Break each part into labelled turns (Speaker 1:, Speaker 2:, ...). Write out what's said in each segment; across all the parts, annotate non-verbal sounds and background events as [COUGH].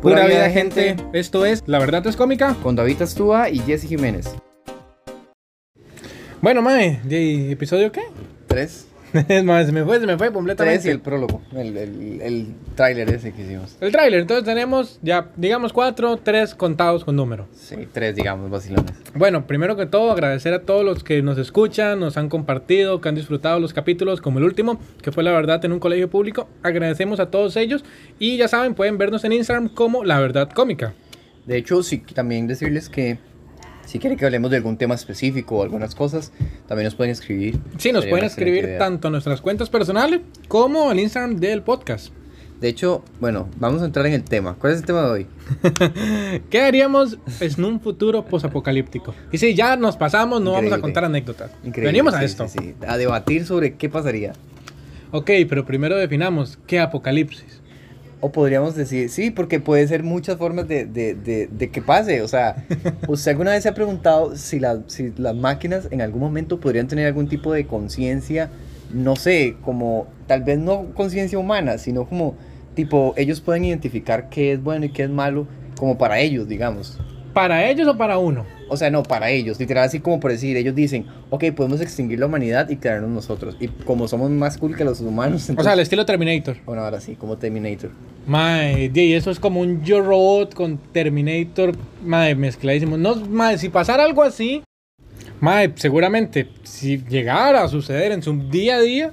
Speaker 1: Pura, vida, gente. Esto es La Verdad es Cómica.
Speaker 2: Con David Astúa y Jesse Jiménez.
Speaker 1: Bueno, mae, ¿y ¿episodio qué? [LAUGHS]
Speaker 2: Tres.
Speaker 1: mae, se me fue, se me fue
Speaker 2: Tres
Speaker 1: completamente.
Speaker 2: y el prólogo. El, el, el tráiler ese que hicimos.
Speaker 1: El tráiler, entonces tenemos ya, digamos, cuatro, tres contados con número.
Speaker 2: Sí, tres, digamos, vacilones.
Speaker 1: Bueno, primero que todo, agradecer a todos los que nos escuchan, nos han compartido, que han disfrutado los capítulos, como el último, que fue la verdad en un colegio público. Agradecemos a todos ellos y ya saben, pueden vernos en Instagram como La Verdad Cómica.
Speaker 2: De hecho, sí, también decirles que si quieren que hablemos de algún tema específico o algunas cosas, también nos pueden escribir.
Speaker 1: Sí,
Speaker 2: Sería
Speaker 1: nos pueden
Speaker 2: una excelente
Speaker 1: escribir
Speaker 2: idea.
Speaker 1: tanto a nuestras cuentas personales como al Instagram del podcast.
Speaker 2: De hecho, bueno, vamos a entrar en el tema. ¿Cuál es el tema de hoy?
Speaker 1: ¿Qué haríamos pues, en un futuro posapocalíptico? Y si ya nos pasamos, no vamos a
Speaker 2: Increíble.
Speaker 1: contar anécdotas.
Speaker 2: Increíble,
Speaker 1: Venimos a
Speaker 2: sí,
Speaker 1: esto.
Speaker 2: sí, sí. A debatir sobre qué pasaría.
Speaker 1: Ok, pero primero definamos qué apocalipsis.
Speaker 2: O podríamos decir, sí, porque puede ser muchas formas de, de- de- de que pase. O
Speaker 1: [LAUGHS]
Speaker 2: sea, ¿usted alguna vez se ha preguntado si, la- si las máquinas en algún momento podrían tener algún tipo de conciencia? No sé, como tal vez no conciencia humana, sino como tipo, ellos pueden identificar qué es bueno y qué es malo, como para ellos, digamos.
Speaker 1: ¿Para ellos o para uno?
Speaker 2: O sea, no, para ellos, literal, así como por decir, ellos dicen, ok, podemos extinguir la humanidad y crearnos nosotros. Y como somos más cool que los humanos,
Speaker 1: O sea,
Speaker 2: entonces...
Speaker 1: al estilo Terminator.
Speaker 2: Bueno, ahora sí, como Terminator.
Speaker 1: Mae, y eso es como un Yo Robot con Terminator, mae, mezcladísimo. No, mae, si pasara algo así, mae, seguramente, si llegara a suceder en su día a día,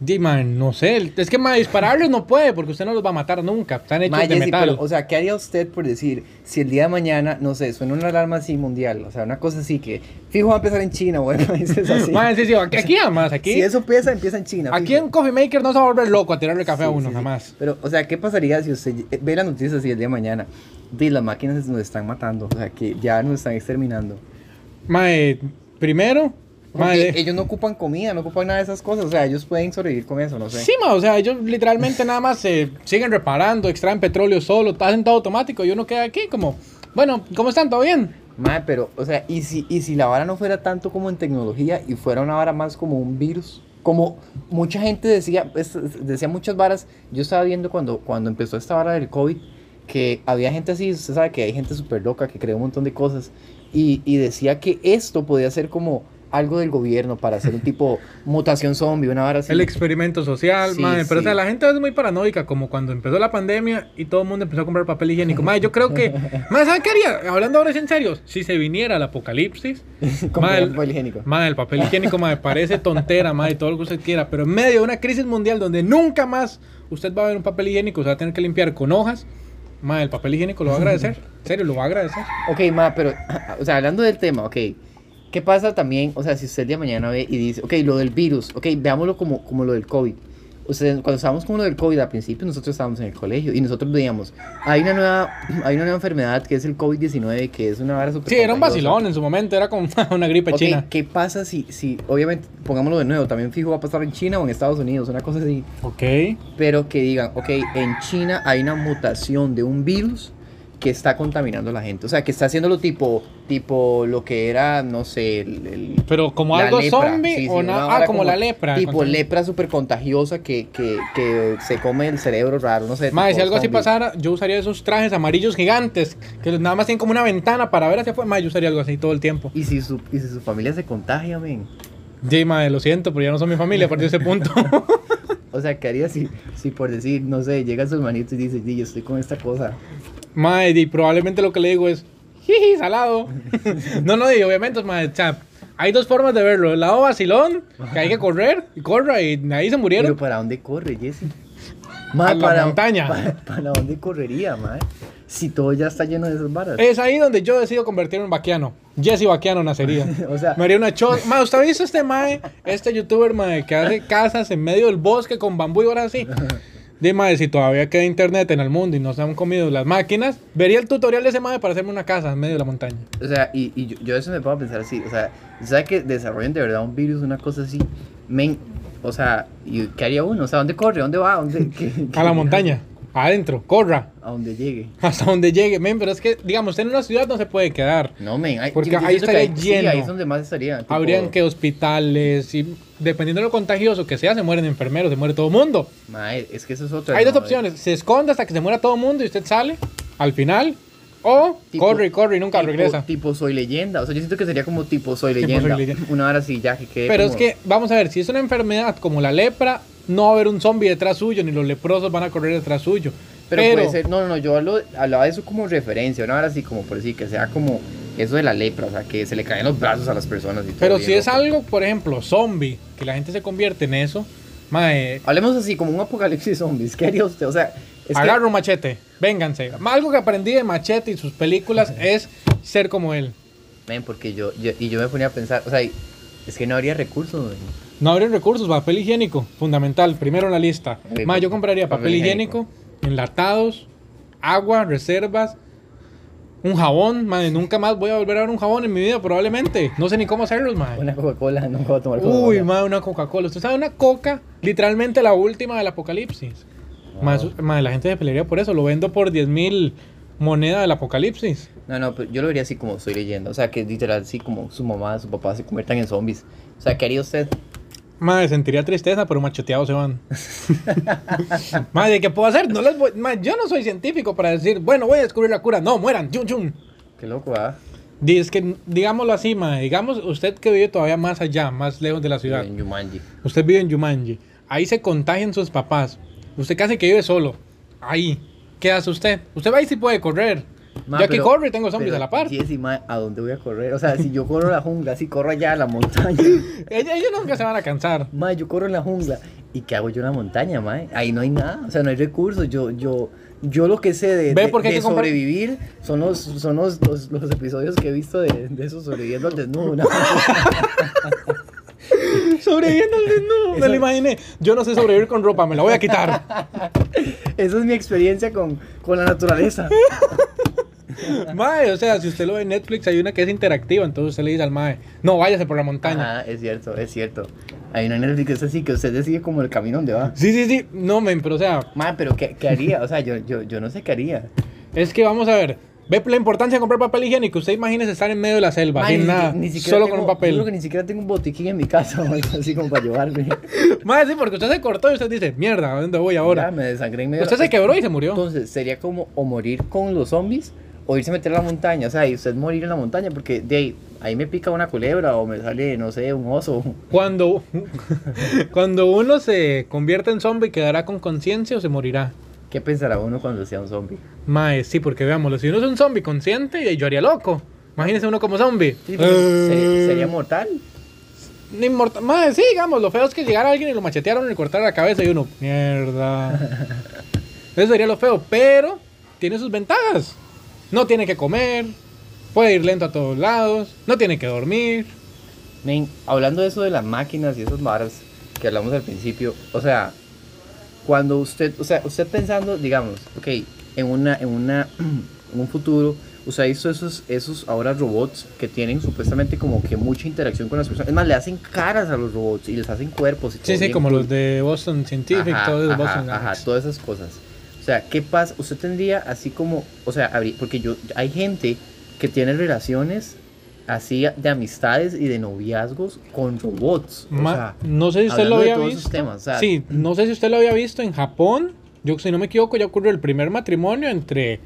Speaker 1: di, mae, no sé, es que mae, dispararlos no puede porque usted no los va a matar nunca, están hechos
Speaker 2: Ma,
Speaker 1: de
Speaker 2: Jessy,
Speaker 1: metal.
Speaker 2: pero, o sea, ¿qué haría usted por decir si el día de mañana, no sé, suena una alarma así mundial? O sea, una cosa así que fijo va a empezar en [LAUGHS] China, güey, países así.
Speaker 1: Mae, [LAUGHS] sí, sí, aquí, aquí además, aquí,
Speaker 2: si eso empieza, empieza en China.
Speaker 1: aquí
Speaker 2: fijo.
Speaker 1: en Coffee Maker no se va a volver loco a tirarle café a
Speaker 2: Sí,
Speaker 1: uno,
Speaker 2: sí, sí.
Speaker 1: jamás.
Speaker 2: Pero, o sea, ¿qué pasaría si usted eh, ve las noticias así el día de mañana? Di, las máquinas nos están matando, o sea, que ya nos están exterminando.
Speaker 1: Mae, primero, mae,
Speaker 2: Porque ellos no ocupan comida, no ocupan nada de esas cosas, o sea, ellos pueden sobrevivir con eso, no sé.
Speaker 1: Sí, ma, o sea, ellos literalmente nada más se siguen reparando, extraen petróleo solo, hacen todo automático y uno queda aquí como, bueno, ¿cómo están? ¿Todo bien?
Speaker 2: Madre, pero, o sea, ¿y si, y si la vara no fuera tanto como en tecnología y fuera una vara más como un virus? Como mucha gente decía, es- es- decía muchas varas, yo estaba viendo cuando, cuando empezó esta vara del COVID, que había gente así, usted sabe que hay gente súper loca que cree un montón de cosas, y, y decía que esto podía ser como algo del gobierno para hacer un tipo [LAUGHS] mutación zombie, una vara así.
Speaker 1: El experimento social,
Speaker 2: Sí,
Speaker 1: madre, pero o sea,
Speaker 2: sí.
Speaker 1: la gente es muy paranoica, como cuando empezó la pandemia y todo el mundo empezó a comprar papel higiénico. Madre, yo creo que, [LAUGHS] madre, ¿saben qué haría? Hablando ahora sí en serio, si se viniera el apocalipsis,
Speaker 2: [LAUGHS] Como
Speaker 1: madre,
Speaker 2: el papel higiénico.
Speaker 1: Madre, el papel higiénico, madre, parece tontera, madre, todo lo que usted quiera, pero en medio de una crisis mundial donde nunca más usted va a ver un papel higiénico, usted va a tener que limpiar con hojas, madre, el papel higiénico lo va a agradecer, en serio, lo va a agradecer.
Speaker 2: Ok, ma, pero, o sea, hablando del tema, ok. ¿Qué pasa también? O sea, si usted el día de mañana ve y dice, ok, lo del virus, ok, veámoslo como, como lo del COVID. O sea, cuando estábamos con lo del COVID al principio, nosotros estábamos en el colegio y nosotros veíamos, hay una nueva, [CLEARS THROAT] hay una nueva enfermedad que es el COVID-19, que es una vara súper
Speaker 1: Sí, era un
Speaker 2: contagiosa.
Speaker 1: vacilón en su momento, era como [LAUGHS] una gripe
Speaker 2: Ok,
Speaker 1: china.
Speaker 2: ¿qué pasa si, si, obviamente, pongámoslo de nuevo, también fijo va a pasar en China o en Estados Unidos, una cosa así,
Speaker 1: Ok.
Speaker 2: pero que digan, ok, en China hay una mutación de un virus que está contaminando a la gente. O sea, que está haciéndolo tipo, tipo lo que era, no sé, el... el-
Speaker 1: Pero como
Speaker 2: la
Speaker 1: algo
Speaker 2: lepra.
Speaker 1: zombie
Speaker 2: Sí, sí,
Speaker 1: o
Speaker 2: una
Speaker 1: nada. Ah,
Speaker 2: vara
Speaker 1: como, la lepra.
Speaker 2: Tipo
Speaker 1: Contra-
Speaker 2: lepra súper contagiosa que, que, que se come el cerebro raro, no sé.
Speaker 1: Madre,
Speaker 2: tipo
Speaker 1: si algo así
Speaker 2: zombie.
Speaker 1: pasara, yo usaría esos trajes amarillos gigantes que nada más tienen como una ventana para ver hacia afuera. Madre, yo usaría algo así todo el tiempo.
Speaker 2: ¿Y si, su, y si su familia se contagia, men.
Speaker 1: Sí, madre, lo siento, pero ya no son mi familia a partir de
Speaker 2: [LAUGHS]
Speaker 1: ese punto.
Speaker 2: O sea, ¿qué haría si, si por decir, no sé, llega su hermanito y dice, sí, yo estoy con esta cosa?
Speaker 1: Madre, y probablemente lo que le digo es, jiji,
Speaker 2: [LAUGHS]
Speaker 1: salado. no, no, y obviamente, madre, o sea, hay dos formas de verlo. El lado vacilón, que hay que correr, y corra, y ahí se
Speaker 2: Pero
Speaker 1: murieron.
Speaker 2: ¿para dónde corre, Jesse?
Speaker 1: A la montaña.
Speaker 2: Para, para dónde correría, mae? Si todo ya está lleno de esas varas.
Speaker 1: Es ahí donde yo decido convertirme en vaquiano. Jesse Vaquiano nacería.
Speaker 2: [LAUGHS] O sea-
Speaker 1: me haría una cho... Ma, ¿usted ha visto este mae? Este youtuber, mae, que hace casas en medio del bosque con bambú y ahora así. De mae, si todavía queda internet en el mundo y no se han comido las máquinas, vería el tutorial de ese mae para hacerme una casa en medio de la montaña.
Speaker 2: O sea, y, y yo, yo a veces me pongo a pensar así, o sea, ¿sabes que desarrollen de verdad un virus, una cosa así? Men, o sea, ¿y ¿qué haría uno? O sea, ¿dónde corre? ¿Dónde va?
Speaker 1: [LAUGHS]
Speaker 2: ¿Dónde, qué- qué-
Speaker 1: A la montaña, adentro, corra,
Speaker 2: A donde llegue.
Speaker 1: hasta donde llegue. Men, pero es que, digamos, usted en una ciudad no se puede quedar.
Speaker 2: No, men, hay,
Speaker 1: Porque
Speaker 2: yo- yo
Speaker 1: ahí
Speaker 2: siento que
Speaker 1: estaría
Speaker 2: hay- Sí,
Speaker 1: lleno.
Speaker 2: ahí es donde más estaría. tipo-
Speaker 1: Habrían que hospitales y dependiendo de lo contagioso que sea, se mueren enfermeros, se muere todo el mundo.
Speaker 2: Mae, es que eso es otra.
Speaker 1: Hay
Speaker 2: ¿no?
Speaker 1: dos opciones. Se esconde hasta que se muera todo el mundo y usted sale. al final o
Speaker 2: Tipo-
Speaker 1: corre y corre y nunca
Speaker 2: tipo,
Speaker 1: regresa.
Speaker 2: Tipo soy leyenda. O sea, yo siento que sería como tipo soy
Speaker 1: Tipo
Speaker 2: leyenda.
Speaker 1: Soy Leyenda.
Speaker 2: Una hora así ya que quede
Speaker 1: Pero es
Speaker 2: como-
Speaker 1: que, vamos a ver, si es una enfermedad como la lepra, no va a haber un zombie detrás suyo, ni los leprosos van a correr detrás suyo.
Speaker 2: Pero,
Speaker 1: Pero,
Speaker 2: puede ser, no, no, no, yo hablo- hablaba de eso como referencia, una hora así como por decir que sea como eso de la lepra, o sea, que se le caen los brazos a las personas y todo.
Speaker 1: pero
Speaker 2: bien
Speaker 1: si es
Speaker 2: loco.
Speaker 1: algo, por ejemplo, zombie, que la gente se convierte en eso, mae,
Speaker 2: Hablemos así como un apocalipsis zombies, ¿qué haría usted? O sea, es que-
Speaker 1: agarro un machete, vénganse. Ma- Algo que aprendí de Machete y sus películas es ser como él.
Speaker 2: Men, porque yo, yo- y yo me ponía a pensar, o sea, y- es que no habría recursos, men.
Speaker 1: No abrir recursos, papel higiénico, fundamental, primero en la lista.
Speaker 2: Sí,
Speaker 1: Más, yo
Speaker 2: papel-
Speaker 1: compraría papel,
Speaker 2: papel
Speaker 1: higiénico, enlatados, agua, reservas, un jabón. Madre, nunca más voy a volver a ver un jabón en mi vida, probablemente. No sé ni cómo hacerlos, madre.
Speaker 2: Una Coca-Cola, no puedo tomar Coca-Cola.
Speaker 1: Uy, madre, una Coca-Cola. Usted sabe, una Coca, literalmente la última del apocalipsis. Más, madre, la gente se pelearía por eso. Lo vendo por 10 mil monedas del apocalipsis.
Speaker 2: No, no, pero yo lo vería así como soy leyenda, o sea, que literal, así como su mamá, su papá se conviertan en zombies. O sea, ¿qué haría usted?
Speaker 1: Madre, sentiría tristeza, pero macheteados se
Speaker 2: [LAUGHS]
Speaker 1: van. madre, ¿qué puedo hacer? No les voy- madre, yo no soy científico para decir, bueno, voy a descubrir la cura. No, mueran, chum, chum.
Speaker 2: Qué loco, ¿ah?
Speaker 1: Di- es que, digámoslo así, madre, digamos usted que vive todavía más allá, más lejos de la ciudad.
Speaker 2: En Yumanji.
Speaker 1: Usted vive en Yumanji. Ahí se contagian sus papás. Usted casi que vive solo. Ahí. ¿Qué hace usted? Usted va y sí puede correr.
Speaker 2: Ma,
Speaker 1: ya que
Speaker 2: pero-
Speaker 1: corre y tengo zombies
Speaker 2: pero
Speaker 1: a la par.
Speaker 2: Jessy, ma, ¿a dónde voy a correr? O sea, si yo corro en la jungla, si corro allá a la montaña. [LAUGHS]
Speaker 1: Ellos, ellos nunca se van a cansar.
Speaker 2: Ma, yo corro en la jungla. ¿Y qué hago yo en la montaña, ma? Ahí no hay nada. O sea, no hay recursos. Yo, yo, yo lo que sé de,
Speaker 1: Ve
Speaker 2: de-
Speaker 1: por qué hay
Speaker 2: de
Speaker 1: que comprar-
Speaker 2: sobrevivir son los, son los, los, los episodios que he visto de, de esos sobreviviendo al desnudo.
Speaker 1: [LAUGHS]
Speaker 2: ¿no?
Speaker 1: Sobreviviendo al desnudo. Me
Speaker 2: Eso-
Speaker 1: lo imaginé. Yo no sé sobrevivir con ropa, me la voy a quitar.
Speaker 2: Esa es mi experiencia con, con la naturaleza.
Speaker 1: Mae, o sea, si usted lo ve en Netflix, hay una que es interactiva, entonces usted le dice al Mae, no, váyase por la montaña.
Speaker 2: Ajá, es cierto, es cierto. Ahí no hay Netflix que es así, que usted decide como el camino donde va.
Speaker 1: Sí, sí, sí, no, men, pero o sea,
Speaker 2: Ma, pero ¿qué, qué haría? O sea, yo, yo, yo no sé qué haría.
Speaker 1: es que vamos a ver, ve la importancia de comprar papel higiénico. Usted imagínese estar en medio de la selva,
Speaker 2: Ma,
Speaker 1: sin
Speaker 2: ni siquiera-
Speaker 1: nada,
Speaker 2: ni siquiera
Speaker 1: solo con
Speaker 2: tengo-
Speaker 1: un
Speaker 2: Yo creo que
Speaker 1: papel.
Speaker 2: ni siquiera tengo un botiquín en mi casa, [LAUGHS] o algo así como para llevarme.
Speaker 1: Mae, sí, porque usted se cortó y usted dice, mierda, ¿a dónde voy
Speaker 2: Ahora
Speaker 1: ahora?
Speaker 2: me desangré en medio.
Speaker 1: Usted se quebró y se murió.
Speaker 2: Entonces, sería como o morir con los zombies o irse a meter a la montaña. O sea, y usted morir en la montaña porque de ahí, ahí me pica una culebra o me sale, no sé, un oso. [LAUGHS]
Speaker 1: Cuando, [LAUGHS] cuando uno se convierte en zombie, ¿quedará con conciencia o se morirá?
Speaker 2: ¿Qué pensará uno cuando sea un zombie?
Speaker 1: Mae, sí, porque veámoslo, si uno es un zombie consciente, yo haría loco. Imagínese uno como zombie.
Speaker 2: Sí, porque
Speaker 1: Eh.
Speaker 2: ¿Sería, sería mortal?
Speaker 1: No importa, madre, sí, digamos, lo feo es que llegara alguien y lo machetearon y le cortaron la cabeza y uno,
Speaker 2: [LAUGHS]
Speaker 1: mierda. Eso sería lo feo, pero tiene sus ventajas. No tiene que comer, puede ir lento a todos lados, no tiene que dormir.
Speaker 2: Men, hablando de eso de las máquinas y esas varas que hablamos al principio, o sea, cuando usted, o sea, usted pensando, digamos, ok, en una, en una, [CLEARS THROAT] en un futuro, o sea, hizo esos, esos ahora robots que tienen supuestamente como que mucha interacción con las personas, es más, le hacen caras a los robots y les hacen cuerpos y todo
Speaker 1: Sí, sí,
Speaker 2: bien
Speaker 1: como
Speaker 2: cool.
Speaker 1: los de Boston Scientific,
Speaker 2: Ajá,
Speaker 1: todos los
Speaker 2: ajá,
Speaker 1: Boston
Speaker 2: ajá,
Speaker 1: Dynamics.
Speaker 2: todas esas cosas. O sea, ¿qué pasa? Usted tendría así como, o sea, habría- porque yo, hay gente que tiene relaciones así de amistades y de noviazgos con robots. O
Speaker 1: Ma-
Speaker 2: sea,
Speaker 1: no sé si usted
Speaker 2: hablando de
Speaker 1: lo había
Speaker 2: todos
Speaker 1: visto.
Speaker 2: esos temas, o sea,
Speaker 1: sí, no sé si usted lo había visto en Japón. Yo, si no me equivoco, ya ocurrió el primer matrimonio entre.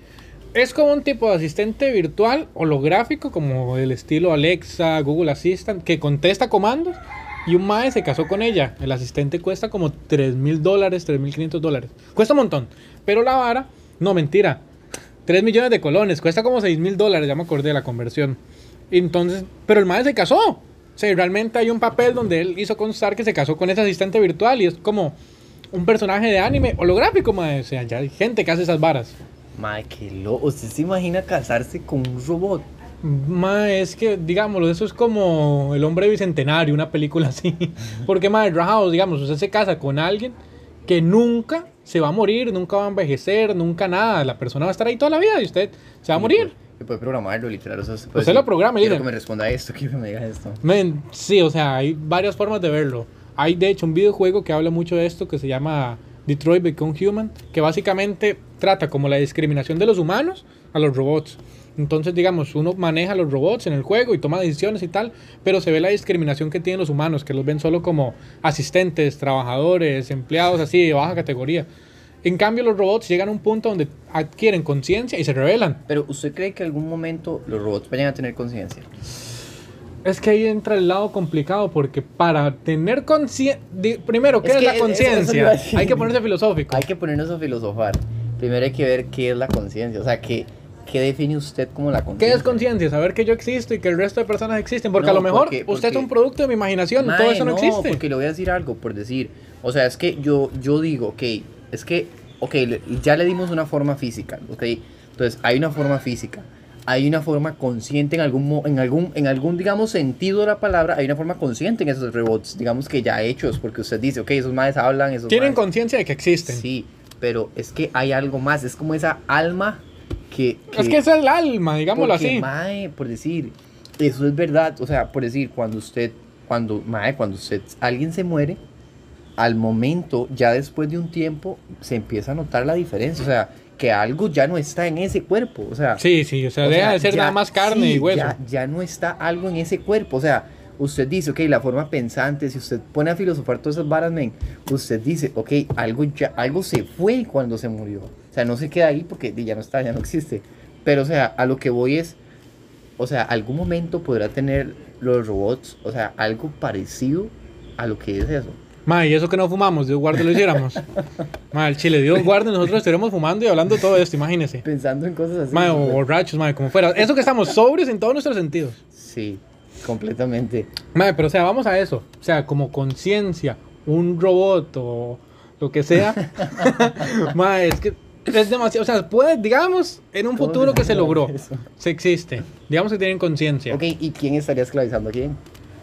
Speaker 1: Es como un tipo de asistente virtual holográfico, como el estilo Alexa, Google Assistant, que contesta comandos. Y un mae se casó con ella. El asistente cuesta como 3 mil dólares, 3 mil 500 dólares. Cuesta un montón. Pero la vara, no mentira, 3 millones de colones, cuesta como 6 mil dólares, ya me acordé de la conversión. Entonces, pero el madre se casó. O sea, realmente hay un papel donde él hizo constar que se casó con ese asistente virtual y es como un personaje de anime holográfico, madre. O sea, ya hay gente que hace esas varas.
Speaker 2: Madre, qué loco. ¿Usted se imagina casarse con un robot?
Speaker 1: Mae, es que, digámoslo, eso es como El hombre bicentenario, una película [LAUGHS] así. Porque, mae, rajado, digamos, usted se casa con alguien que nunca se va a morir, nunca va a envejecer, nunca nada. La persona va a estar ahí toda la vida y usted se va a morir.
Speaker 2: Que puede programarlo, literal. O sea, se
Speaker 1: Usted lo programa y
Speaker 2: quiero
Speaker 1: dice-
Speaker 2: que me responda esto, [LAUGHS] quiero que me diga esto.
Speaker 1: Men, sí, o sea, hay varias formas de verlo. Hay de hecho un videojuego que habla mucho de esto que se llama Detroit Become Human, que básicamente trata como la discriminación de los humanos a los robots. Entonces, digamos, uno maneja a los robots en el juego y toma decisiones y tal, pero se ve la discriminación que tienen los humanos, que los ven solo como asistentes, trabajadores, empleados así de baja categoría. En cambio, los robots llegan a un punto donde adquieren conciencia y se rebelan.
Speaker 2: Pero ¿usted cree que en algún momento los robots vayan a tener conciencia?
Speaker 1: Es que ahí entra el lado complicado porque para tener conciencia... Primero, ¿qué
Speaker 2: Es
Speaker 1: es,
Speaker 2: que
Speaker 1: la
Speaker 2: eso- eso le iba
Speaker 1: conciencia?
Speaker 2: a decir.
Speaker 1: Hay que ponerse filosófico.
Speaker 2: Hay que ponernos a filosofar. Primero hay que ver qué es la conciencia. O sea, ¿qué, qué define usted como la
Speaker 1: ¿Qué
Speaker 2: conciencia?
Speaker 1: es conciencia? Saber que yo existo y que el resto de personas existen. Porque
Speaker 2: No,
Speaker 1: a lo mejor
Speaker 2: porque-
Speaker 1: usted es
Speaker 2: porque-
Speaker 1: un producto de mi imaginación.
Speaker 2: Mae,
Speaker 1: todo eso no, existe.
Speaker 2: porque le voy a decir algo por decir. O sea, es que yo, yo digo, ok, es que, ok, le- ya le dimos una forma física, ok. Entonces, hay una forma física, hay una forma consciente en algún, mo- en algún, en algún, digamos, sentido de la palabra, hay una forma consciente en esos robots, digamos que ya hechos, porque usted dice, ok, esos madres hablan, esos
Speaker 1: Tienen
Speaker 2: maes-
Speaker 1: conciencia de que existen.
Speaker 2: Sí, pero es que hay algo más, es como esa alma que...
Speaker 1: Es que es el alma, digámoslo
Speaker 2: porque,
Speaker 1: así.
Speaker 2: mae, por decir, eso es verdad. O sea, por decir, cuando usted, cuando, mae, cuando usted, alguien se muere, al momento, ya después de un tiempo, se empieza a notar la diferencia. O sea, que algo ya no está en ese cuerpo. O sea,
Speaker 1: Sí, sí, o sea,
Speaker 2: o
Speaker 1: deja
Speaker 2: sea,
Speaker 1: de ser
Speaker 2: ya-
Speaker 1: nada más carne
Speaker 2: sí,
Speaker 1: y hueso.
Speaker 2: Ya, ya no está algo en ese cuerpo. O sea, usted dice, ok, la forma pensante, si usted pone a filosofar todas esas varas, men, usted dice, ok, algo, ya, algo se fue cuando se murió. O sea, no se queda ahí porque di, ya no está, ya no existe. Pero, o sea, a lo que voy es, o sea, algún momento podrá tener los robots, o sea, algo parecido a lo que es eso.
Speaker 1: Ma, y eso que no fumamos, Dios guarde
Speaker 2: [LAUGHS]
Speaker 1: lo hiciéramos. ma, el chile, Dios guarde, nosotros estuviéramos fumando y hablando todo esto, imagínese.
Speaker 2: Pensando en cosas así.
Speaker 1: Ma, o
Speaker 2: o sea,
Speaker 1: borrachos, ma, como fuera. Eso que estamos sobrios en todos nuestros sentidos.
Speaker 2: Sí, completamente.
Speaker 1: Ma, pero o sea, vamos a eso. O sea, como conciencia, un robot o lo que sea. ma, es que es demasiado. O sea, puede, digamos, en un
Speaker 2: ¿Cómo
Speaker 1: futuro que se
Speaker 2: habla
Speaker 1: logró,
Speaker 2: de eso?
Speaker 1: se existe. Digamos que tienen conciencia.
Speaker 2: Ok, ¿y quién estaría esclavizando a quién?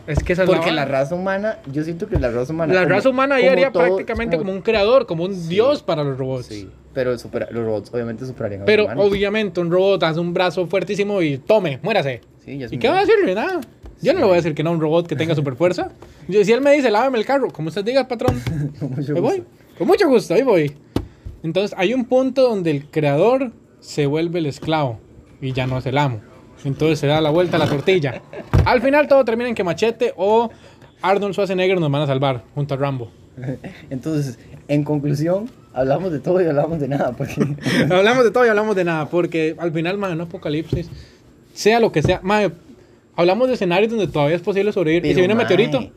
Speaker 1: Es que esa es
Speaker 2: Porque
Speaker 1: vara.
Speaker 2: la raza humana, yo siento que la raza humana.
Speaker 1: La
Speaker 2: como-
Speaker 1: raza humana ahí
Speaker 2: como
Speaker 1: haría
Speaker 2: todo-
Speaker 1: prácticamente como un creador, como un dios para los robots.
Speaker 2: Sí, pero supera- los robots obviamente superarían a los
Speaker 1: Pero
Speaker 2: humanos.
Speaker 1: obviamente un robot hace un brazo fuertísimo y tome, muérase.
Speaker 2: Sí, ya es
Speaker 1: ¿Y
Speaker 2: un
Speaker 1: qué va a
Speaker 2: robot.
Speaker 1: decirle? Nada. Yo no le voy a decir que no a un robot que tenga super fuerza. Yo, si él me dice, lávame el carro, como usted diga, patrón,
Speaker 2: Con [LAUGHS] mucho
Speaker 1: me voy.
Speaker 2: gusto.
Speaker 1: Con mucho gusto, ahí voy. Entonces hay un punto donde el creador se vuelve el esclavo y ya no es el amo. Entonces se da la vuelta a la tortilla. Al final todo termina en que Machete o Arnold Schwarzenegger nos van a salvar junto a Rambo.
Speaker 2: Entonces, en conclusión, hablamos de todo y hablamos de nada.
Speaker 1: [LAUGHS]
Speaker 2: Porque
Speaker 1: [LAUGHS] hablamos de todo y hablamos de nada, porque al final, madre, un apocalipsis, sea lo que sea, madre, hablamos de escenarios donde todavía es posible sobrevivir. y
Speaker 2: Pero,
Speaker 1: si viene un
Speaker 2: mae.
Speaker 1: meteorito,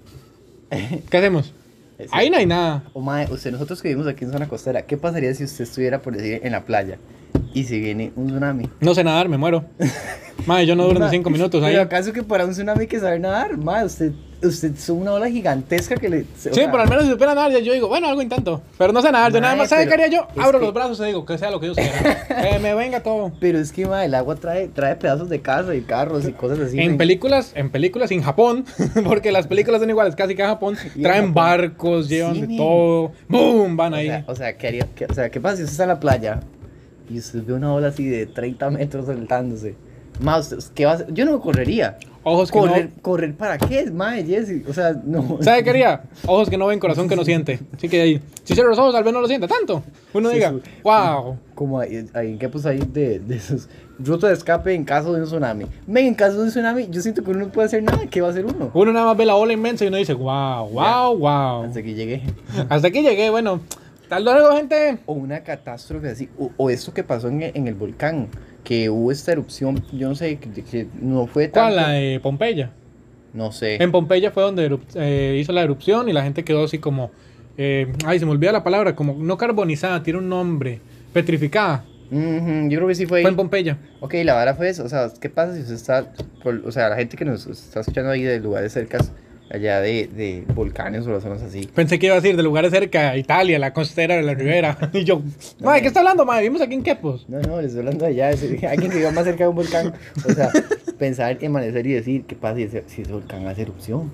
Speaker 1: ¿qué hacemos?
Speaker 2: Es
Speaker 1: Ahí no hay nada.
Speaker 2: O mae, usted, nosotros que vivimos aquí en zona costera, ¿qué pasaría si usted estuviera, por decir, en la playa y se viene un tsunami?
Speaker 1: No sé nadar, me
Speaker 2: [LAUGHS]
Speaker 1: muero. Madre, yo no duro ni
Speaker 2: Ma,
Speaker 1: cinco minutos ahí.
Speaker 2: Pero acaso que para un tsunami hay que saber nadar, mae, usted, usted es una ola gigantesca que le.
Speaker 1: Sí, pero al menos si supiera nadar, ya yo digo, bueno, algo intento. Pero no sé nadar, yo nada
Speaker 2: Mae,
Speaker 1: más, ¿sabes qué
Speaker 2: pero
Speaker 1: haría yo?
Speaker 2: es
Speaker 1: Abro
Speaker 2: que-
Speaker 1: los brazos y digo, que sea lo que
Speaker 2: [LAUGHS]
Speaker 1: yo quiera. que me venga todo.
Speaker 2: Pero es que, mae, el agua trae, trae pedazos de casa y carros y cosas así.
Speaker 1: En
Speaker 2: men.
Speaker 1: películas, en películas, en Japón, [LAUGHS] porque las películas son iguales, casi que en Japón,
Speaker 2: Y en
Speaker 1: traen
Speaker 2: Japón.
Speaker 1: barcos, llevan
Speaker 2: Sí,
Speaker 1: de
Speaker 2: men.
Speaker 1: todo, ¡boom! Van
Speaker 2: O
Speaker 1: ahí.
Speaker 2: sea, o sea, ¿qué haría? ¿Qué- o sea, ¿qué pasa si usted está en la playa y usted ve una ola así de 30 metros soltándose? Más, ¿qué va a hacer? Yo no correría.
Speaker 1: Ojos Pues que
Speaker 2: ¿Correr,
Speaker 1: no...
Speaker 2: ¿Correr para qué, mae, Jesse? O sea,
Speaker 1: [LAUGHS]
Speaker 2: no.
Speaker 1: ¿Sabe qué haría? Ojos que no ven,
Speaker 2: [LAUGHS]
Speaker 1: corazón que no siente. Así que ahí, si cierro los ojos, tal vez no lo sienta tanto. Uno
Speaker 2: Sí,
Speaker 1: diga,
Speaker 2: sí.
Speaker 1: wow.
Speaker 2: Como ahí, ahí, ¿qué puso ahí de, de esos ruta de escape en caso de un tsunami? Men, en caso de un tsunami, yo siento que uno no puede hacer nada. ¿Qué va a hacer uno?
Speaker 1: Uno nada más ve la ola inmensa y uno dice, wow, wow, wow.
Speaker 2: Hasta que llegue.
Speaker 1: Hasta aquí llegué, bueno. Hasta luego, gente.
Speaker 2: O una catástrofe así, o, o eso que pasó en, el- en el volcán, que hubo esta erupción, yo no sé, que, que no fue tan.
Speaker 1: ¿Cuál? La de Em- Pompeya.
Speaker 2: No sé.
Speaker 1: En Pompeya fue donde erup- eh, hizo la erupción y la gente quedó así como... eh, ay, se me olvida la palabra. Como no carbonizada, tiene un nombre. Petrificada.
Speaker 2: Ujú, yo creo que sí fue. ahí.
Speaker 1: Fue en Pompeya.
Speaker 2: Ok, la vara fue eso. O sea, ¿qué pasa si usted está, por- o sea, la gente que nos está escuchando ahí de lugares cercas, allá de, de volcanes o las zonas así?
Speaker 1: Pensé que iba a decir de lugares cerca, a Italia, la costera de la ribera. [LAUGHS] Y yo, madre, ¿qué está hablando, madre? Vimos aquí en Quepos.
Speaker 2: No, no, les estoy hablando allá, es- [LAUGHS] alguien que viva más cerca de un volcán. O
Speaker 1: [LAUGHS]
Speaker 2: sea, pensar, amanecer y decir, ¿qué pasa si ese, si ese volcán hace erupción?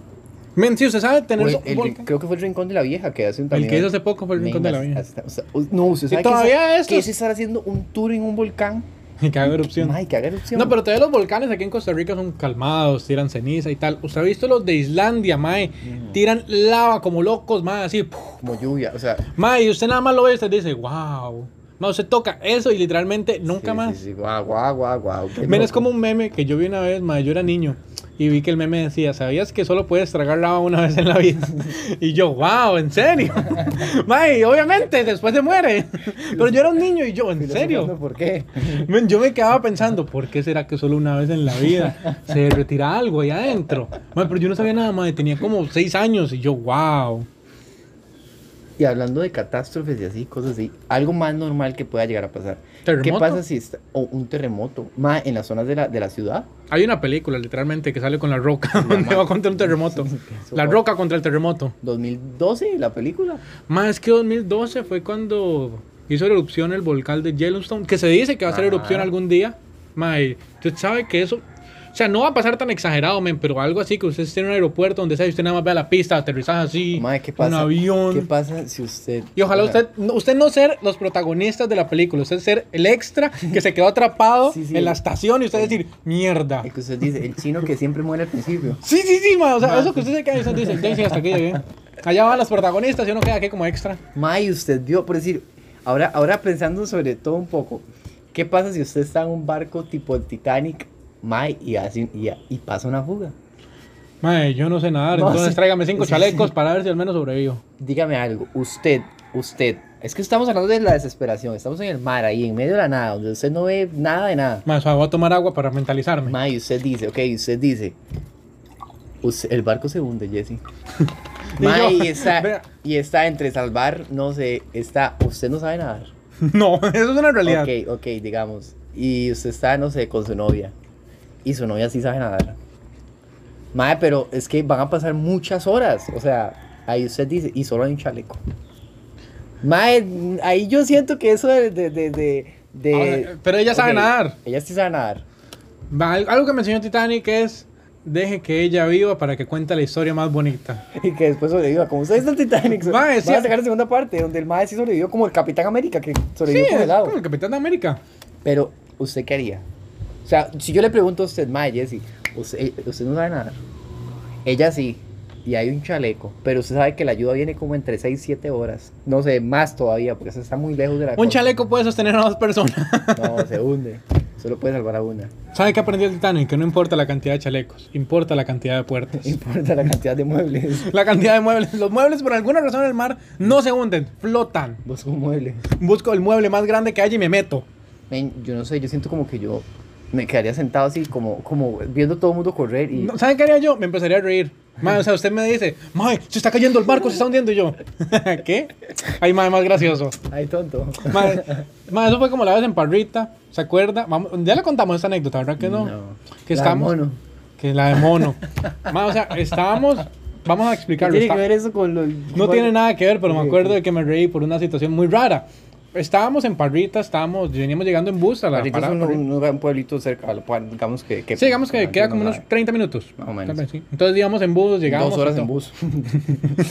Speaker 1: Men, si usted sabe tener
Speaker 2: O el-
Speaker 1: un
Speaker 2: el-
Speaker 1: volcán.
Speaker 2: creo que fue el Rincón de la Vieja que hace un
Speaker 1: El
Speaker 2: también-
Speaker 1: que hizo hace poco fue el
Speaker 2: Men,
Speaker 1: Rincón de la
Speaker 2: as-
Speaker 1: Vieja.
Speaker 2: hasta- o sea, o- no, usted
Speaker 1: Y
Speaker 2: sabe
Speaker 1: todavía
Speaker 2: que,
Speaker 1: estos-
Speaker 2: eso que es estar haciendo un tour en un volcán.
Speaker 1: [LAUGHS] Y que haga erupción.
Speaker 2: Ay, que haga erupción.
Speaker 1: No, pero todavía los volcanes aquí en Costa Rica son calmados, tiran ceniza y tal. ¿Usted ha visto los de Islandia, mae? Tiran lava como locos, mae, así. puf.
Speaker 2: Como lluvia, o sea.
Speaker 1: Mae, y usted nada más lo ve y usted dice, wow. Mae, usted toca eso y literalmente nunca
Speaker 2: sí,
Speaker 1: más.
Speaker 2: Sí, sí, guau, guau, guau, guau. qué
Speaker 1: Men, es
Speaker 2: loco.
Speaker 1: como un meme que yo vi una vez, mae, yo era niño. y vi que el meme decía, ¿sabías que solo puedes tragar lava una vez en la vida? Y yo, wow, ¿en serio? [LAUGHS] Mae, obviamente, después se muere. Pero yo era un niño y yo, ¿en serio?
Speaker 2: ¿Por qué?
Speaker 1: Men, Yo me quedaba pensando, ¿por qué será que solo una vez en la vida se retira algo ahí adentro? Mae, pero yo no sabía nada, mae, tenía como seis años y yo, wow.
Speaker 2: Y hablando de catástrofes y así, cosas así, algo más normal que pueda llegar a pasar.
Speaker 1: ¿Terremoto?
Speaker 2: ¿Qué pasa si está, o un terremoto más en las zonas de la, de la ciudad?
Speaker 1: Hay una película, literalmente, que sale con la roca,
Speaker 2: [LAUGHS]
Speaker 1: donde
Speaker 2: Mamá.
Speaker 1: va contra un terremoto. La roca contra el terremoto.
Speaker 2: ¿2012 la película?
Speaker 1: Más es que 2012 fue cuando hizo erupción el volcán de Yellowstone, que se dice que va a hacer
Speaker 2: Ajá.
Speaker 1: erupción algún día. Mae, usted sabe que eso. O sea, no va a pasar tan exagerado, men, pero algo así que usted esté en un aeropuerto donde sea y usted nada más vea la pista, aterrizaje así,
Speaker 2: Mae, ¿qué pasa?
Speaker 1: un avión.
Speaker 2: ¿Qué pasa si usted...
Speaker 1: y ojalá usted, no- usted no ser los protagonistas de la película, usted ser
Speaker 2: [LAUGHS]
Speaker 1: el extra que se quedó atrapado
Speaker 2: Sí, sí.
Speaker 1: en la estación y usted decir, mierda.
Speaker 2: El que usted dice, el chino que siempre muere al principio.
Speaker 1: Sí, sí, sí, mae, o sea,
Speaker 2: Mae.
Speaker 1: eso que usted se queda y usted dice, "Ya, sí, hasta aquí llegué". Allá van los protagonistas y uno queda aquí como extra.
Speaker 2: May, usted vio, por decir, ahora, ahora pensando sobre todo un poco, ¿qué pasa si usted está en un barco tipo el Titanic, May, y, hace, y, y pasa una fuga?
Speaker 1: Mae, yo no sé nadar,
Speaker 2: No,
Speaker 1: entonces
Speaker 2: sí.
Speaker 1: tráigame cinco
Speaker 2: Sí,
Speaker 1: chalecos para ver si al menos sobrevivo.
Speaker 2: Dígame algo, usted, usted, es que estamos hablando de la desesperación, estamos en el mar ahí, en medio de la nada, donde usted no ve nada de nada.
Speaker 1: Mae, o sea, voy a tomar agua para mentalizarme.
Speaker 2: May, usted dice, ok, usted dice, "Us- el barco se hunde, Jesse.
Speaker 1: Y yo,
Speaker 2: May, y está,
Speaker 1: [LAUGHS] vea.
Speaker 2: y está entre salvar, no sé, está, usted no sabe nadar.
Speaker 1: No, [LAUGHS] eso es una realidad.
Speaker 2: Ok, ok, digamos. Y usted está, no sé, con su novia. Y su novia sí sabe nadar. Madre, pero es que van a pasar muchas horas. O sea, ahí usted dice, y solo hay un chaleco. Madre, ahí yo siento que eso de. de, de, de- de-
Speaker 1: Ahora, pero ella sabe
Speaker 2: Eh, Ok,
Speaker 1: nadar.
Speaker 2: Ella sí sabe nadar.
Speaker 1: Va, al- Algo que me enseñó Titanic es, deje que ella viva para que cuente la historia más bonita.
Speaker 2: Y que después sobrevivió. Como ustedes está el Titanic.
Speaker 1: Mae,
Speaker 2: van
Speaker 1: sí.
Speaker 2: a sacar la segunda parte, donde el madre sí sobrevivió, como el Capitán América, que
Speaker 1: Sí,
Speaker 2: sobrevivió
Speaker 1: es
Speaker 2: congelado.
Speaker 1: como el Capitán de América.
Speaker 2: Pero, ¿usted qué haría? O sea, si yo le pregunto a usted, Mae, Jessy, usted, usted no sabe nada. Ella sí, y hay un chaleco, pero usted sabe que la ayuda viene como entre 6 y 7 horas. No sé, más todavía, porque eso está muy lejos de la
Speaker 1: Un
Speaker 2: costa.
Speaker 1: chaleco puede sostener a dos personas. [LAUGHS]
Speaker 2: No, se hunde. Solo puede salvar a una.
Speaker 1: ¿Sabe qué aprendió el Titanic? Que no importa la cantidad de chalecos, importa la cantidad de puertas.
Speaker 2: No [LAUGHS] importa la cantidad de muebles.
Speaker 1: [LAUGHS] La cantidad de muebles. Los muebles por alguna razón en el mar no se hunden, flotan.
Speaker 2: Busco un mueble.
Speaker 1: Busco el mueble más grande que haya y me meto.
Speaker 2: Men, yo no sé, yo siento como que yo me quedaría sentado así, como, como viendo todo el mundo correr y...
Speaker 1: No, ¿Saben qué haría yo? Me empezaría a reír. Mae, o sea, usted me dice, Mae, se está cayendo el barco, se está hundiendo y yo. [LAUGHS] ¿Qué? Ay, Mae, más gracioso.
Speaker 2: Ay, tonto.
Speaker 1: Mae, mae, eso fue como la vez en Parrita, ¿se acuerda? Vamos- ya le contamos esta anécdota, ¿verdad que no? Que
Speaker 2: La
Speaker 1: estamos.
Speaker 2: mono.
Speaker 1: Que la de mono. Mae, o sea, estábamos. Vamos a
Speaker 2: ¿Qué
Speaker 1: explicarlo.
Speaker 2: tiene
Speaker 1: está-
Speaker 2: que ver eso con los...
Speaker 1: no tiene nada que ver, pero me
Speaker 2: Ok,
Speaker 1: acuerdo
Speaker 2: ok.
Speaker 1: de que me reí por una situación muy rara. Estábamos en Parrita, estábamos, veníamos llegando en bus a la
Speaker 2: Ahorita es
Speaker 1: parada
Speaker 2: un,
Speaker 1: Parrita.
Speaker 2: un lugar- un pueblito cerca, lo cual, digamos que... que
Speaker 1: Sí, digamos que queda como unos 30 minutos.
Speaker 2: Más o menos.
Speaker 1: Tal vez, sí. Entonces, digamos, en bus llegamos.
Speaker 2: Dos horas
Speaker 1: y
Speaker 2: en
Speaker 1: todo. [LAUGHS]
Speaker 2: bus. [LAUGHS]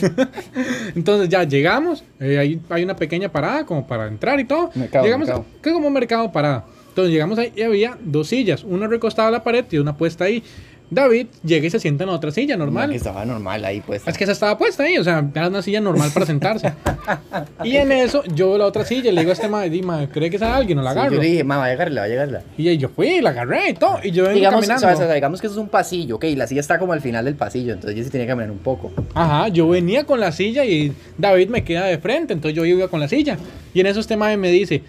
Speaker 1: Entonces ya llegamos, eh, ahí hay una pequeña parada como para entrar y todo.
Speaker 2: Mercado,
Speaker 1: llegamos,
Speaker 2: mercado.
Speaker 1: que es como un mercado parada. Entonces llegamos ahí y había dos sillas, una recostada a la pared y una puesta ahí. David llega y se sienta en la otra silla normal.
Speaker 2: Que estaba normal ahí, pues.
Speaker 1: Es que esa estaba puesta ahí, o sea, era una silla normal para sentarse. y en eso yo veo la otra silla y le digo a este madre, di, madre, ¿cree que es alguien o la
Speaker 2: Sí,
Speaker 1: agarro?
Speaker 2: yo le dije, mamá, va a llegarla, va a llegarla.
Speaker 1: Y yo fui, y la agarré y todo. Y yo vengo
Speaker 2: Digamos,
Speaker 1: caminando.
Speaker 2: o sea, o sea, digamos que eso es un pasillo, ok, la silla está como al final del pasillo, entonces yo sí tenía que caminar un poco.
Speaker 1: Ajá, yo venía con la silla y David me queda de frente, entonces yo iba con la silla. Y en eso este mae me dice,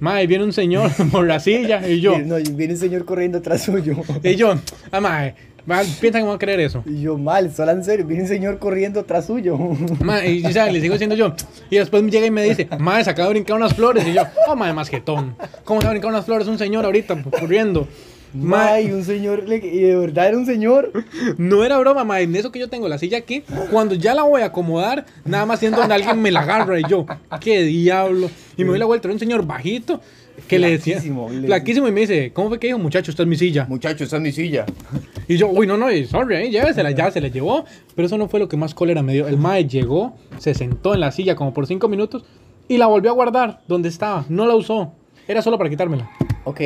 Speaker 1: mae, viene un señor [LAUGHS] por la silla.
Speaker 2: [LAUGHS]
Speaker 1: Y yo,
Speaker 2: Y- No, y viene un señor corriendo atrás suyo.
Speaker 1: y yo, ah, mae, va- piensa que me va a creer eso.
Speaker 2: Y yo, mal, solo en serio, viene un señor corriendo atrás suyo.
Speaker 1: Mae, y o sea, le sigo diciendo yo. Y después llega y me dice, mae, se acaba de brincar unas flores. Y yo, oh, mae, más jetón. ¿Cómo se va a brincar unas flores un señor ahorita corriendo? Mae,
Speaker 2: May, un señor, le- y de verdad era un señor.
Speaker 1: no era broma, mae, en eso que yo tengo la silla aquí, cuando ya la voy a acomodar, nada más siento donde alguien me la agarra y yo, qué diablo. Y me doy la vuelta, era un señor bajito que le decía,
Speaker 2: Flaquísimo, le-
Speaker 1: flaquísimo, y me dice, ¿cómo fue que dijo, muchacho, esta es mi silla?
Speaker 2: Muchacho, esa es mi silla.
Speaker 1: Y yo, uy, no, no, eh, sorry, eh, llévesela, ya se la llevó. Pero eso no fue lo que más cólera me dio. El mae llegó, se sentó en la silla como por cinco minutos y la volvió a guardar donde estaba, no la usó. Era solo para quitármela.
Speaker 2: Ok.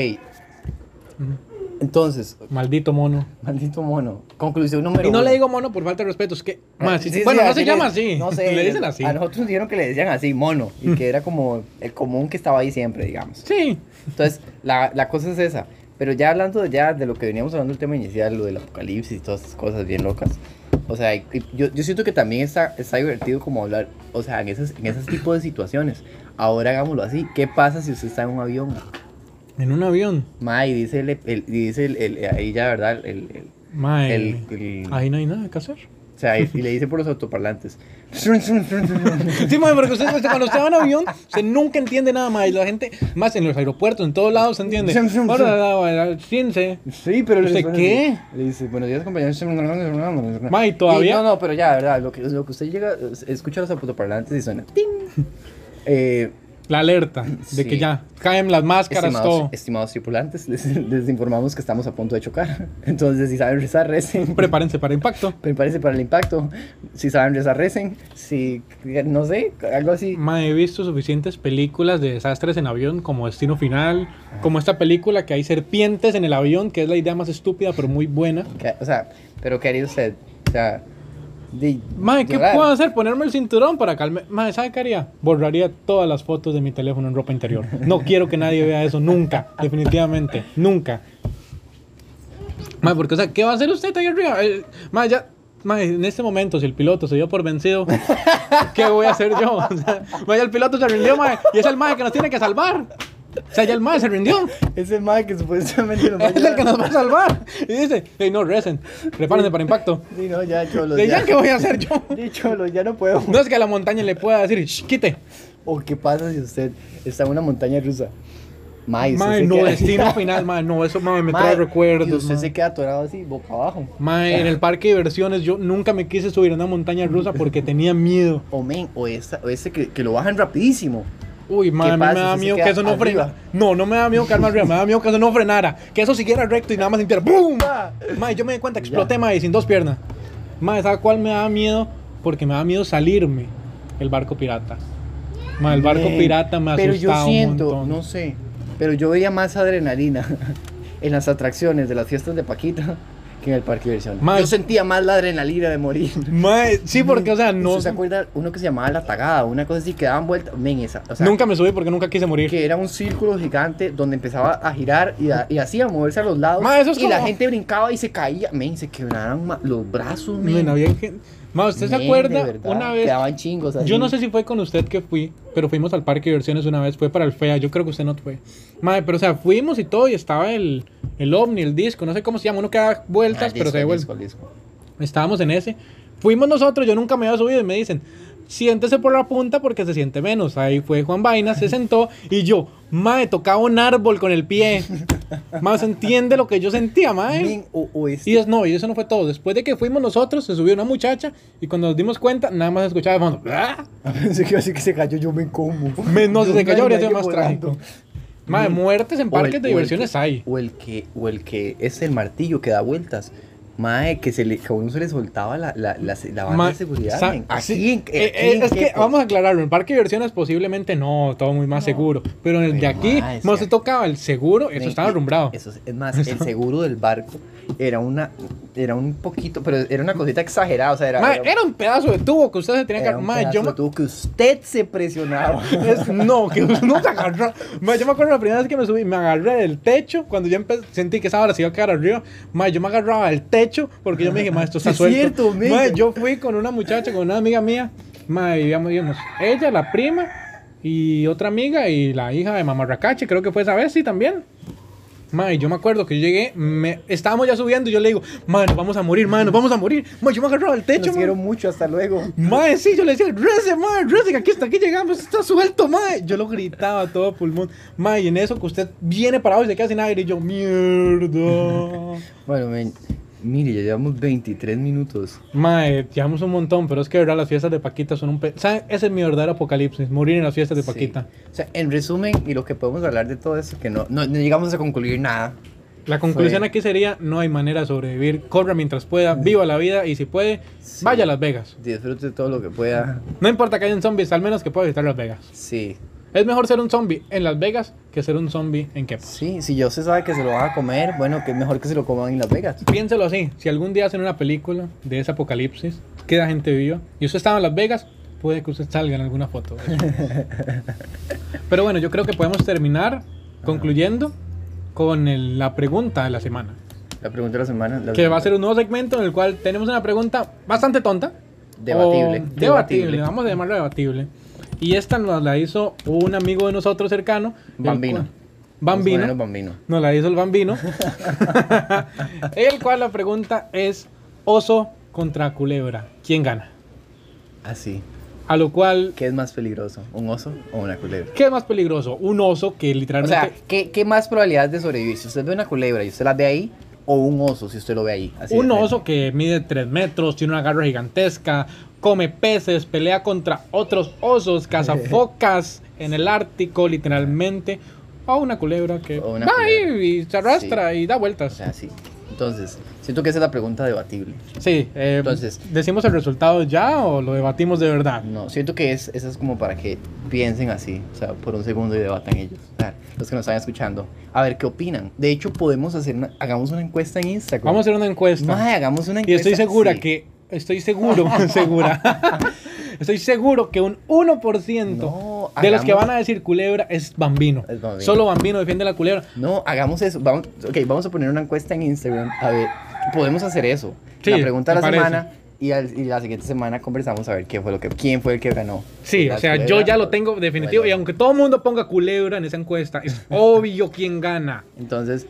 Speaker 2: Entonces,
Speaker 1: Maldito mono.
Speaker 2: maldito mono. Conclusión número
Speaker 1: Y no
Speaker 2: uno.
Speaker 1: le digo mono por falta de respeto, es que... mae, sí,
Speaker 2: Eh, Ah, Sí, sí,
Speaker 1: bueno, no
Speaker 2: así
Speaker 1: se
Speaker 2: le-
Speaker 1: llama así.
Speaker 2: No sé.
Speaker 1: [LAUGHS] Le dicen así.
Speaker 2: A nosotros nos dijeron que le decían así, mono. Y que era como el común que estaba ahí siempre, digamos.
Speaker 1: Sí.
Speaker 2: Entonces, la, la cosa es esa. Pero ya hablando de, ya de lo que veníamos hablando del tema inicial, lo del apocalipsis y todas esas cosas bien locas. O sea, y- y yo, yo siento que también está, está divertido como hablar, o sea, en esas, en esos tipos de situaciones. Ahora hagámoslo así. ¿Qué pasa si usted está en un avión?
Speaker 1: En un avión.
Speaker 2: Ma, y dice, el, el- y dice el, el- ahí ya, ¿verdad? El, el-
Speaker 1: Mae.
Speaker 2: el- el-
Speaker 1: Ahí no hay nada que hacer. [LAUGHS]
Speaker 2: o sea, y, y le dice por los autoparlantes. [LAUGHS]
Speaker 1: Sí, mae, porque usted, usted- cuando usted va en avión, usted nunca entiende nada, mae. La gente, más en los aeropuertos, en todos lados, se entiende.
Speaker 2: Sí, sí, sí.
Speaker 1: Ahora, ahora, ahora, siéntese.
Speaker 2: Sí, pero le
Speaker 1: ¿Usted
Speaker 2: responde
Speaker 1: qué?
Speaker 2: así. Le dice, buenos días, compañeros.
Speaker 1: Ma, ¿y todavía?
Speaker 2: Y no, no, pero ya, de verdad, lo que, lo que usted llega, es- escucha los autoparlantes y suena.
Speaker 1: [LAUGHS]
Speaker 2: ¡Ting! Eh,
Speaker 1: La alerta de
Speaker 2: Sí.
Speaker 1: que ya caen las máscaras, todo.
Speaker 2: estimados, estimados tripulantes, [LAUGHS] les, les informamos que estamos a punto de chocar. [LAUGHS] Entonces, si saben rezar, recen. [LAUGHS]
Speaker 1: Prepárense para impacto.
Speaker 2: Prepárense para el impacto. Si saben rezar, recen. Si, no sé, algo así.
Speaker 1: Ma, he visto suficientes películas de desastres en avión como Destino Final, como esta película que hay serpientes en el avión, que es la idea más estúpida pero muy buena.
Speaker 2: Que- O sea, pero ¿qué haría usted? O sea, de,
Speaker 1: Mae, ¿qué
Speaker 2: llorar.
Speaker 1: puedo hacer? Ponerme el cinturón para calmar. Mae, ¿sabe qué haría? Borraría todas las fotos de mi teléfono en ropa interior. No quiero que nadie vea eso nunca, definitivamente, nunca. Mae, porque, o sea, ¿qué va a hacer usted ahí arriba? Eh, Mae, ya. Mae, en este momento, si el piloto se dio por vencido, ¿qué voy a hacer yo? [LAUGHS] O sea, mae, ya el piloto se rindió, mae, y es el mae que nos tiene que salvar. O sea, ya el mae se rindió.
Speaker 2: Es el mae que supuestamente
Speaker 1: [LAUGHS]
Speaker 2: nos va a
Speaker 1: Es el que
Speaker 2: ayudar.
Speaker 1: nos va a salvar. Y dice, hey, no, recen, prepárense para impacto.
Speaker 2: Sí, no, ya, cholos.
Speaker 1: De ya, ¿qué voy a hacer yo?
Speaker 2: [LAUGHS] De cholo, ya no puedo.
Speaker 1: No es que a la montaña le pueda decir, "Shh, quite.
Speaker 2: ¿O qué pasa si usted está en una montaña rusa? Mae, usted
Speaker 1: Mae,
Speaker 2: se
Speaker 1: no,
Speaker 2: queda- [LAUGHS]
Speaker 1: destino final, mae, no, eso mae, me
Speaker 2: Mae,
Speaker 1: trae
Speaker 2: Y
Speaker 1: recuerdos.
Speaker 2: usted
Speaker 1: mae.
Speaker 2: se queda atorado así, boca abajo.
Speaker 1: Mae, en el parque de diversiones yo nunca me quise subir a una montaña rusa porque tenía miedo.
Speaker 2: O men, o, esta, o este que, que lo bajan rapidísimo.
Speaker 1: Uy, mae, a mí me
Speaker 2: pasa
Speaker 1: da
Speaker 2: si se
Speaker 1: miedo
Speaker 2: queda
Speaker 1: que eso no
Speaker 2: arriba?
Speaker 1: frenara. No, no me da miedo que arma arriba, me da miedo que eso no frenara. Que eso siguiera recto y nada más sintiera ¡Bum! Mae, yo me di cuenta, que
Speaker 2: Ya.
Speaker 1: exploté, mae, sin dos piernas. Mae, ¿sabes cuál me da miedo? Porque me da miedo salirme. El barco pirata. Mae, el barco
Speaker 2: Men,
Speaker 1: pirata me asustaba
Speaker 2: Pero yo siento,
Speaker 1: un montón.
Speaker 2: no sé, pero yo veía más adrenalina [LAUGHS] en las atracciones de las fiestas de Paquita [LAUGHS] que en el parque de diversiones.
Speaker 1: Mae.
Speaker 2: Yo sentía más la adrenalina de morir.
Speaker 1: Mae, sí, porque, o sea, [LAUGHS] no.
Speaker 2: ¿Usted se acuerda uno que se llamaba La Tagada? Una cosa así que daban vuelta. Men, esa. O sea,
Speaker 1: nunca me subí porque nunca quise morir.
Speaker 2: que era un círculo gigante donde empezaba a girar y, a- y así a moverse a los lados.
Speaker 1: Ma, eso es
Speaker 2: y la
Speaker 1: como-
Speaker 2: gente brincaba y se caía. Men, se quebraron ma- los brazos, men.
Speaker 1: Men, había gen- Ma, ¿usted se
Speaker 2: Men, de
Speaker 1: acuerda
Speaker 2: verdad,
Speaker 1: una vez?
Speaker 2: Quedaban chingos así.
Speaker 1: Yo no sé si fue con usted que fui, pero fuimos al parque de diversiones una vez, fue para el FEA, yo creo que usted no fue. Madre, pero o sea, fuimos y todo, y estaba el, el ovni, el disco, no sé cómo se llama, uno que da
Speaker 2: Ah,
Speaker 1: vueltas, pero se
Speaker 2: disco,
Speaker 1: devuelve.
Speaker 2: disco, disco.
Speaker 1: Estábamos en ese. Fuimos nosotros, yo nunca me había subido y me dicen, siéntese por la punta porque se siente menos. Ahí fue Juan
Speaker 2: [LAUGHS]
Speaker 1: Vaina, se sentó y yo, madre, tocaba un árbol con
Speaker 2: [LAUGHS]
Speaker 1: el pie. Más entiende lo que yo sentía, madre.
Speaker 2: Men, o, o este-
Speaker 1: Y es, no, y eso no fue todo. Después de que fuimos nosotros, se subió una muchacha y cuando nos dimos cuenta, nada más escuchaba de fondo. "Ah".
Speaker 2: [LAUGHS] Pensé que iba a decir que se cayó, yo me como.
Speaker 1: Me- no, si se
Speaker 2: Yo
Speaker 1: cayó habría
Speaker 2: me
Speaker 1: sido más
Speaker 2: volando.
Speaker 1: trágico. Madre, muertes en
Speaker 2: Mm. O el-
Speaker 1: parques de
Speaker 2: o el
Speaker 1: diversiones
Speaker 2: que-
Speaker 1: hay.
Speaker 2: O el que, o el que es el martillo que da vueltas. Mae, que, se le, que a uno se le soltaba la, la, la, la banda
Speaker 1: Ma-
Speaker 2: de seguridad.
Speaker 1: sa-
Speaker 2: men.
Speaker 1: así-
Speaker 2: Aquí en-
Speaker 1: eh,
Speaker 2: aquí
Speaker 1: eh,
Speaker 2: en
Speaker 1: es que
Speaker 2: Quepos.
Speaker 1: vamos a aclararlo, en parque de diversiones posiblemente no, todo muy más seguro, pero en el de
Speaker 2: Pero,
Speaker 1: aquí
Speaker 2: ma, es
Speaker 1: no
Speaker 2: que
Speaker 1: se
Speaker 2: aquí-
Speaker 1: tocaba el seguro, eso
Speaker 2: Men,
Speaker 1: estaba
Speaker 2: y-
Speaker 1: arrumbrado.
Speaker 2: Eso es, es más, el seguro del barco era una era un poquito, pero era una cosita exagerada, o sea, era,
Speaker 1: Ma,
Speaker 2: era-
Speaker 1: era un pedazo de tubo que usted se tenía que
Speaker 2: era un
Speaker 1: ma, eh, yo
Speaker 2: pedazo
Speaker 1: me-
Speaker 2: de tubo que usted se
Speaker 1: [LAUGHS]
Speaker 2: presionaba.
Speaker 1: es- no, que no se agarró. Ma, yo me acuerdo la primera vez que me subí, me agarré del techo. Cuando yo empe- sentí que esa hora se iba a quedar arriba, ma, yo me agarraba del techo porque yo me dije,
Speaker 2: [LAUGHS]
Speaker 1: ma, esto está
Speaker 2: Es
Speaker 1: suelto.
Speaker 2: cierto,
Speaker 1: Ma,
Speaker 2: mira.
Speaker 1: yo fui con una muchacha, con una amiga mía, ma, y íbamos, íbamos ella, la prima y otra amiga y la hija de Mamarracache, creo que fue esa vez, sí, también. Ma, y yo me acuerdo que yo llegué, me, estábamos ya subiendo y yo le digo, ma, nos vamos a morir, ma, nos vamos a morir. Ma, yo me agarraba del techo,
Speaker 2: Nos
Speaker 1: ma.
Speaker 2: quiero mucho, hasta luego.
Speaker 1: Mae, sí, yo le decía, rece, mae, rece, que aquí está, aquí llegamos, está suelto, mae. Yo lo gritaba a todo pulmón. Mae, y en eso que usted viene parado y se queda sin aire, y yo,
Speaker 2: [LAUGHS]
Speaker 1: mierda.
Speaker 2: Bueno, men, mire, ya llevamos 23 minutos.
Speaker 1: Mae, llevamos un montón, pero es que de verdad las fiestas de Paquita son un pe... ¿Sabe? Ese es mi verdadero apocalipsis, morir en las fiestas Pues de
Speaker 2: Sí.
Speaker 1: Paquita.
Speaker 2: O sea, en resumen, y lo que podemos hablar de todo eso, que no, no, no llegamos a concluir nada.
Speaker 1: La conclusión
Speaker 2: Fue-
Speaker 1: aquí sería, no hay manera de sobrevivir, corra mientras pueda, viva la vida, y si puede,
Speaker 2: Sí.
Speaker 1: vaya a Las Vegas.
Speaker 2: Disfrute todo lo que pueda.
Speaker 1: No importa que hayan zombies, al menos que pueda visitar Las Vegas.
Speaker 2: Sí.
Speaker 1: Es mejor ser un zombie en Las Vegas que ser un zombie en Kepa.
Speaker 2: Sí, si ya se sabe que se lo van a comer, bueno, que mejor que se lo coman en Las Vegas.
Speaker 1: Piénselo así, si algún día hacen una película de ese apocalipsis, queda gente viva, y usted estaba en Las Vegas, puede que usted salga en
Speaker 2: [LAUGHS]
Speaker 1: alguna foto. de eso. Pero bueno, yo creo que podemos terminar concluyendo con el- la pregunta de la semana.
Speaker 2: La pregunta de la semana. la-
Speaker 1: Que va a ser un nuevo segmento en el cual tenemos una pregunta bastante tonta.
Speaker 2: Debatible.
Speaker 1: o debatible, vamos a llamarlo debatible. Y esta nos la hizo un amigo de nosotros cercano. el
Speaker 2: Bambino.
Speaker 1: cual-
Speaker 2: Vamos a ponernos
Speaker 1: Bambino.
Speaker 2: Bambino.
Speaker 1: Nos la hizo el
Speaker 2: [LAUGHS]
Speaker 1: bambino. el cual la pregunta es oso contra culebra. ¿Quién gana?
Speaker 2: Así.
Speaker 1: A lo cual,
Speaker 2: ¿Qué es más peligroso? ¿Un oso o una culebra?
Speaker 1: ¿qué es más peligroso? Un oso que
Speaker 2: O
Speaker 1: literalmente...
Speaker 2: sea, ¿qué, qué más probabilidades de sobrevivir? Si usted ve una culebra y usted la ve ahí, o un oso si usted lo ve ahí. Así de
Speaker 1: un
Speaker 2: frente.
Speaker 1: oso que mide 3 metros, tiene una garra gigantesca, come peces, pelea contra otros osos,
Speaker 2: [LAUGHS]
Speaker 1: caza focas en el Ártico, literalmente. O una culebra que
Speaker 2: O una
Speaker 1: va
Speaker 2: culebra.
Speaker 1: ahí y se arrastra y da vueltas.
Speaker 2: O sea, sí. Entonces, siento que esa es la pregunta debatible.
Speaker 1: sí, eh,
Speaker 2: entonces-
Speaker 1: ¿decimos el resultado ya o lo debatimos de verdad?
Speaker 2: No, siento que es, esa es como para que piensen así, o sea, por un segundo y debatan ellos, o sea, los que nos están escuchando. A ver, ¿qué opinan? De hecho, podemos hacer una, hagamos una encuesta en Instagram.
Speaker 1: Vamos a hacer una encuesta.
Speaker 2: Mae, hagamos una
Speaker 1: y
Speaker 2: encuesta.
Speaker 1: estoy segura
Speaker 2: sí.
Speaker 1: que, estoy seguro, [LAUGHS] segura. [LAUGHS] estoy seguro que un 1%
Speaker 2: No,
Speaker 1: de los que
Speaker 2: hagamos-
Speaker 1: van a decir culebra es bambino.
Speaker 2: Es Bambino.
Speaker 1: Solo bambino defiende la culebra.
Speaker 2: No, hagamos eso. Vamos, ok, vamos a poner una encuesta en Instagram. A ver, podemos hacer eso.
Speaker 1: Sí,
Speaker 2: la pregunta de
Speaker 1: me
Speaker 2: la
Speaker 1: parece.
Speaker 2: semana y, al- y la siguiente semana conversamos a ver quién fue lo que, quién fue el que ganó. Pues
Speaker 1: Sí,
Speaker 2: La
Speaker 1: o sea, yo
Speaker 2: culebra
Speaker 1: ya lo
Speaker 2: o-
Speaker 1: tengo definitivo.
Speaker 2: bueno,
Speaker 1: Y aunque todo el mundo ponga culebra en esa encuesta,
Speaker 2: [LAUGHS]
Speaker 1: es obvio quién gana.
Speaker 2: Entonces,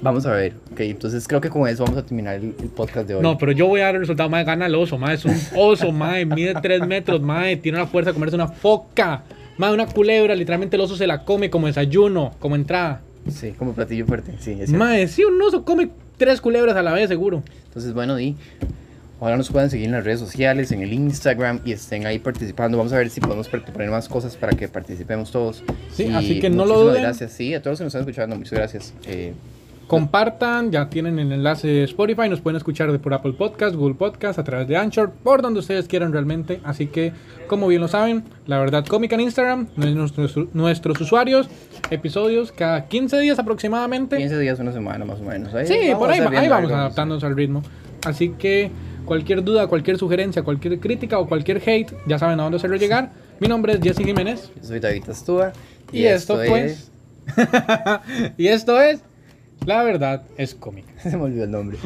Speaker 2: vamos a ver. Ok, entonces creo que con eso vamos a terminar el, el podcast de hoy.
Speaker 1: No, pero yo voy a dar el resultado. Mae, gana el oso. Mae, es un oso. Mae, mide 3 metros. Mae, tiene la fuerza de comerse una foca. Mae, una culebra. Literalmente el oso se la come como desayuno, como entrada.
Speaker 2: Sí, como platillo fuerte. Sí, es cierto.
Speaker 1: Mae, sí, un oso come tres culebras a la vez, seguro.
Speaker 2: Entonces, bueno, Di, ojalá nos puedan seguir en las redes sociales, en el Instagram y estén ahí participando. Vamos a ver si podemos par- poner más cosas para que participemos todos.
Speaker 1: Sí,
Speaker 2: Y
Speaker 1: así que no lo
Speaker 2: muchísimas
Speaker 1: duden.
Speaker 2: Gracias, sí, a todos los que nos están escuchando, muchas gracias. Eh,
Speaker 1: Compartan, ya tienen el enlace de Spotify, nos pueden escuchar de por Apple Podcast, Google Podcast, a través de Anchor, por donde ustedes quieran realmente. Así que, como bien lo saben, la verdad cómica en Instagram, nuestros, nuestros usuarios, episodios cada 15 días aproximadamente.
Speaker 2: 15 días, una semana más o menos.
Speaker 1: Sí, por ahí,
Speaker 2: a estar
Speaker 1: va- ahí
Speaker 2: viendo
Speaker 1: vamos
Speaker 2: algo.
Speaker 1: adaptándonos al ritmo. Así que cualquier duda, cualquier sugerencia, cualquier crítica o cualquier hate, ya saben a dónde hacerlo llegar. Mi nombre es Jesse Jiménez.
Speaker 2: Yo soy David Astúa.
Speaker 1: Y, esto,
Speaker 2: es- [LAUGHS]
Speaker 1: pues... y esto es... La verdad es cómica.
Speaker 2: Se me olvidó el nombre.